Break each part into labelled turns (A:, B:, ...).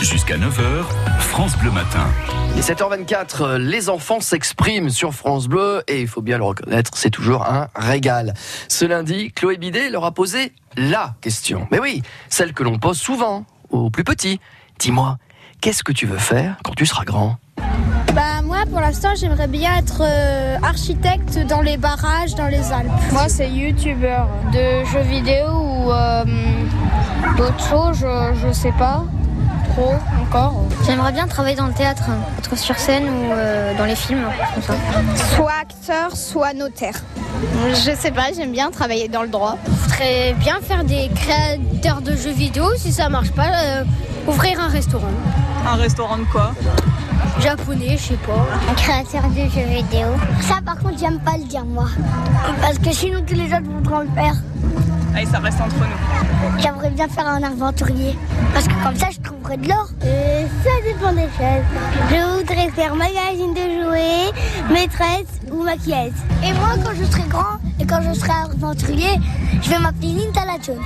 A: Jusqu'à 9h, France Bleu Matin.
B: Et 7h24, euh, les enfants s'expriment sur France Bleu et il faut bien le reconnaître, c'est toujours un régal. Ce lundi, Chloé Bidet leur a posé la question. Mais oui, celle que l'on pose souvent aux plus petits. Dis-moi, qu'est-ce que tu veux faire quand tu seras grand
C: Bah moi pour l'instant j'aimerais bien être euh, architecte dans les barrages, dans les Alpes. Moi c'est youtubeur de jeux vidéo ou euh, d'autres choses, je, sais pas trop encore.
D: J'aimerais bien travailler dans le théâtre, être sur scène ou euh, dans les films. comme ça.
C: Soit acteur, soit notaire. Je sais pas, j'aime bien travailler dans le droit.
E: Je voudrais bien faire des créateurs de jeux vidéo. Si ça marche pas, euh, ouvrir un restaurant.
F: Un restaurant de quoi
E: Japonais, je sais pas.
D: Un créateur de jeux vidéo.
C: Ça par contre j'aime pas le dire moi. Parce que sinon tous les autres voudront le faire.
F: Allez, ça reste entre nous.
C: J'aimerais bien faire un inventurier. Parce que comme ça, je trouverais de l'or. Euh, ça dépend des choses. Je voudrais faire magazine de jouets, maîtresse ou maquilleuse. Et moi, quand je serai grand et quand je serai aventurier, je vais m'appeler Nintala Jones.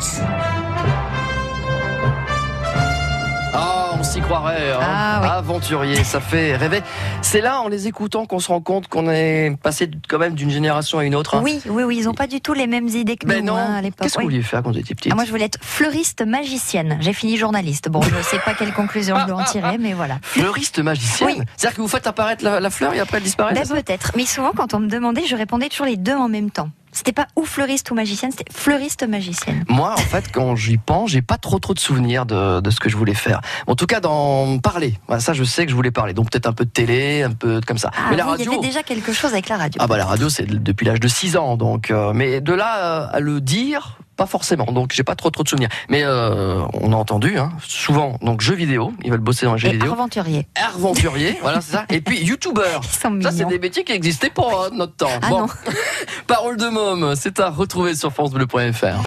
B: Ah, on s'y croirait, hein.
G: Ah, oui.
B: aventurier, ça fait rêver. C'est là, en les écoutant, qu'on se rend compte qu'on est passé quand même d'une génération à une autre. hein.
G: Oui, oui, oui, ils n'ont pas du tout les mêmes idées que
B: Mais Ben
G: nous
B: non,
G: hein, à l'époque.
B: qu'est-ce que vous
G: Oui.
B: vouliez faire quand vous étiez petite
G: Ah, moi, je voulais être fleuriste magicienne. J'ai fini journaliste. Bon, je ne sais pas quelle conclusion je dois en tirer, mais voilà.
B: Fleuriste magicienne
G: Oui.
B: C'est-à-dire que vous faites apparaître la, la fleur et après elle disparaît
G: Ben,
B: c'est ça
G: peut-être. Mais souvent, quand on me demandait, je répondais toujours les deux en même temps. C'était pas ou fleuriste ou magicienne, c'était fleuriste magicienne.
B: Moi, en fait, quand j'y pense, j'ai pas trop trop de souvenirs de, de ce que je voulais faire. En tout cas, d'en parler. Voilà, ça, je sais que je voulais parler. Donc peut-être un peu de télé, un peu de- comme ça.
G: Ah,
B: Mais la
G: oui, il y
B: radio.
G: avait déjà quelque chose avec la radio.
B: Ah bah la radio, c'est de- depuis l'âge de 6 ans. Donc, euh, mais de là euh, à le dire. Pas forcément, donc j'ai pas trop trop de souvenirs. Mais euh, on a entendu, hein, souvent, donc jeux vidéo, ils veulent bosser dans les jeux
G: Et
B: vidéo.
G: aventurier.
B: Aventurier, voilà, c'est ça. Et puis youtubeur.
G: Ils sont
B: Ça, c'est
G: mignons.
B: des métiers qui existaient pour euh, notre temps.
G: Ah non.
B: Parole de môme, c'est à retrouver sur FranceBleu.fr.